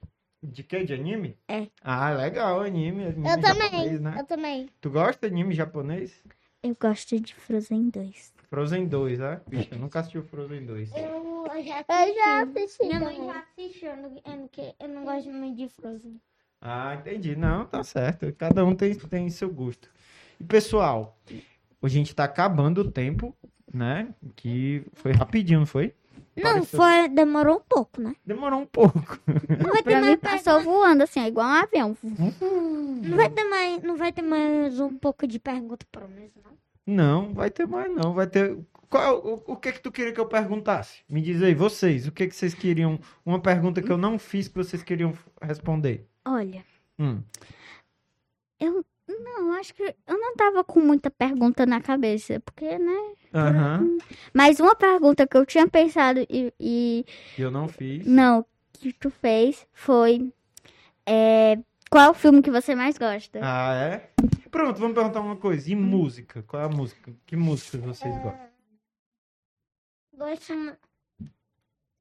Speaker 1: de que? De anime?
Speaker 3: É.
Speaker 1: Ah, legal, anime. anime
Speaker 7: Eu
Speaker 1: japonês,
Speaker 7: também,
Speaker 1: né?
Speaker 7: eu também.
Speaker 1: Tu gosta de anime japonês?
Speaker 2: Eu gosto de Frozen 2.
Speaker 1: Frozen 2, né? Vixe, eu nunca assisti o Frozen 2.
Speaker 7: Eu, já assisti. Eu já assisti.
Speaker 3: Minha mãe já assistiu, eu não, eu não, que- eu não gosto muito de Frozen.
Speaker 1: Ah, entendi. Não, tá certo. Cada um tem, tem seu gosto. E pessoal, a gente tá acabando o tempo, né? Que foi rapidinho, não foi?
Speaker 3: Não,
Speaker 1: Pareceu-
Speaker 3: foi, demorou um pouco, né?
Speaker 1: Demorou um pouco.
Speaker 3: Não vai ter
Speaker 2: Pra mim
Speaker 3: mais,
Speaker 2: passou voando assim, ó, igual um avião.
Speaker 3: não vai ter mais, não vai ter mais um pouco de pergunta pra mim, não.
Speaker 1: Não, vai ter mais não. Vai ter. Qual, o, o que que tu queria que eu perguntasse? Me diz aí, vocês, o que que vocês queriam? Uma pergunta que eu não fiz que vocês queriam responder.
Speaker 2: Olha,
Speaker 1: Hum.
Speaker 2: não, acho que eu não tava com muita pergunta na cabeça, porque, né?
Speaker 1: Aham.
Speaker 2: Mas uma pergunta que eu tinha pensado e, e
Speaker 1: Eu não fiz.
Speaker 2: não, que tu fez foi é, qual é o filme que você mais gosta?
Speaker 1: Ah, é? Pronto, vamos perguntar uma coisa. E música? Qual é a música? Que música vocês gostam?
Speaker 3: Gosto,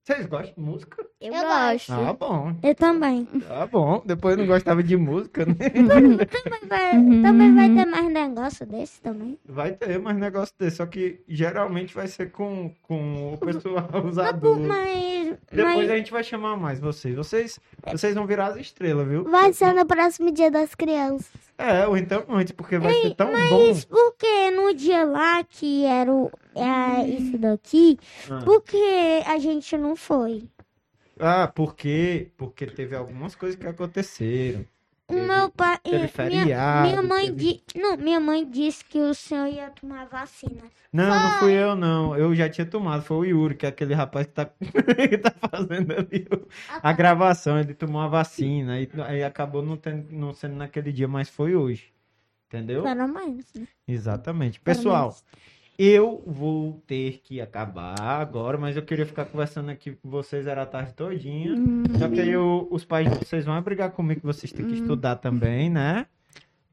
Speaker 1: Vocês gostam de música?
Speaker 4: Eu,
Speaker 3: Eu
Speaker 4: gosto.
Speaker 1: Tá bom,
Speaker 2: Eu também.
Speaker 1: tá bom. Depois eu não gostava de música, né?
Speaker 3: Uhum.
Speaker 2: Também vai, também vai ter mais negócio desse também.
Speaker 1: Vai ter mais negócio desse, só que geralmente vai ser com, com o pessoal, os adultos.
Speaker 2: Mas,
Speaker 1: Depois
Speaker 2: mas
Speaker 1: a gente vai chamar mais vocês. Vocês, vocês vão virar as estrelas, viu?
Speaker 3: Vai ser no próximo dia das crianças.
Speaker 1: É, ou então antes, porque vai ser tão bom.
Speaker 2: porque no dia lá que era o, é, isso daqui,
Speaker 1: Ah.
Speaker 2: por que a gente não foi?
Speaker 1: Ah, porque, porque teve algumas coisas que aconteceram.
Speaker 2: O
Speaker 1: Teve-
Speaker 2: meu pai.
Speaker 1: teve
Speaker 2: é, minha-
Speaker 1: feriado,
Speaker 2: minha mãe
Speaker 1: teve-
Speaker 2: di- Não, minha mãe disse que o senhor ia tomar vacina.
Speaker 1: Não, não fui eu, não. Eu já tinha tomado. Foi o Yuri, que é aquele rapaz que tá, que tá fazendo ali o- a gravação. Ele tomou a vacina e aí acabou não, tendo- não sendo naquele dia, mas foi hoje. Entendeu?
Speaker 2: Pelo menos. né?
Speaker 1: Exatamente.
Speaker 2: Pelo
Speaker 1: Pessoal,
Speaker 2: menos.
Speaker 1: eu vou ter que acabar agora, mas eu queria ficar conversando aqui com vocês era a tarde todinha.
Speaker 4: Hum.
Speaker 1: Só que aí o- os pais de vocês vão é brigar comigo que vocês têm que estudar também, né?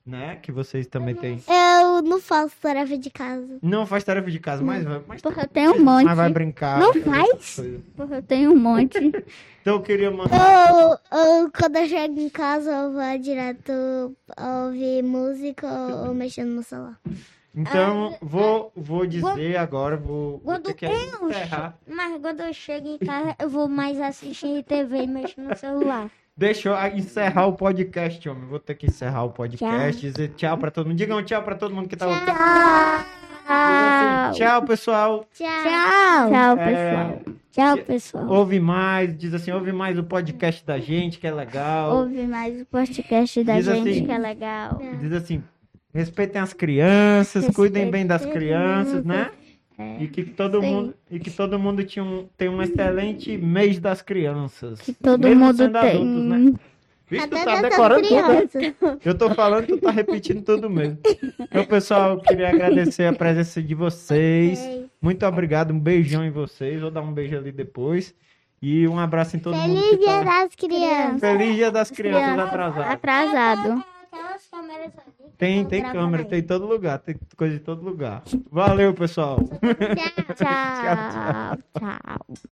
Speaker 1: Né? Que vocês também têm.
Speaker 3: Eu não faço tarefa de casa.
Speaker 1: Não faz tarefa de casa, mas vai. Mas,
Speaker 4: Porra, eu tenho um monte.
Speaker 1: mas vai brincar.
Speaker 4: Não
Speaker 1: fazer
Speaker 4: faz?
Speaker 1: essas coisas.
Speaker 4: Porra, eu tenho um monte.
Speaker 1: Então eu queria
Speaker 4: Ah,
Speaker 1: mandar.
Speaker 3: Eu, eu, quando eu chego em casa, eu vou direto ouvir música ou mexendo no celular.
Speaker 4: ah,
Speaker 1: Então, vou, vou dizer agora, vou, vou
Speaker 2: Quando
Speaker 1: ter que
Speaker 2: eu
Speaker 1: encerrar.
Speaker 2: Mas quando eu chego em casa, eu vou mais assistir TV e mexer no celular.
Speaker 1: Deixa eu encerrar o podcast, homem. Vou ter que encerrar o podcast. Dizer tchau pra todo mundo. Digam tchau pra todo mundo que tá ouvindo. Digam assim, Tchau, pessoal.
Speaker 2: Tchau!
Speaker 4: Tchau,
Speaker 1: É,
Speaker 4: pessoal.
Speaker 2: Tchau, pessoal.
Speaker 1: ouve mais. Diz assim, ouve mais o podcast da gente, que é legal.
Speaker 4: Ouve mais
Speaker 2: um
Speaker 4: o podcast da
Speaker 1: Diz
Speaker 4: gente,
Speaker 1: assim.
Speaker 4: que é legal.
Speaker 1: Diz assim, respeitem as crianças, cuidem bem das crianças, né?
Speaker 4: É.
Speaker 1: E que todo
Speaker 4: Sim.
Speaker 1: mundo e que todo mundo tinha um, tem um excelente mês das crianças.
Speaker 4: Que todo
Speaker 1: Mesmo
Speaker 4: mundo
Speaker 1: sendo
Speaker 4: tem.
Speaker 1: adultos, né? Vixe, tu tá
Speaker 3: das
Speaker 1: decorando tudo, né?
Speaker 3: crianças.
Speaker 1: Eu tô falando, tu tá repetindo tudo mesmo. Então, pessoal, eu queria agradecer a presença de vocês.
Speaker 3: É.
Speaker 1: Muito obrigado, um beijão em vocês. Vou dar um beijo ali depois. E um abraço em todo mundo. que
Speaker 3: Feliz
Speaker 1: tá-
Speaker 3: dia das crianças.
Speaker 1: Feliz dia das crianças
Speaker 4: Crianças.
Speaker 1: atrasadas.
Speaker 4: Atrasado.
Speaker 2: Aquelas câmeras ali.
Speaker 1: Tem, tem câmera, tem em todo lugar, tem coisa em todo lugar. Valeu, pessoal.
Speaker 4: Tchau, tchau.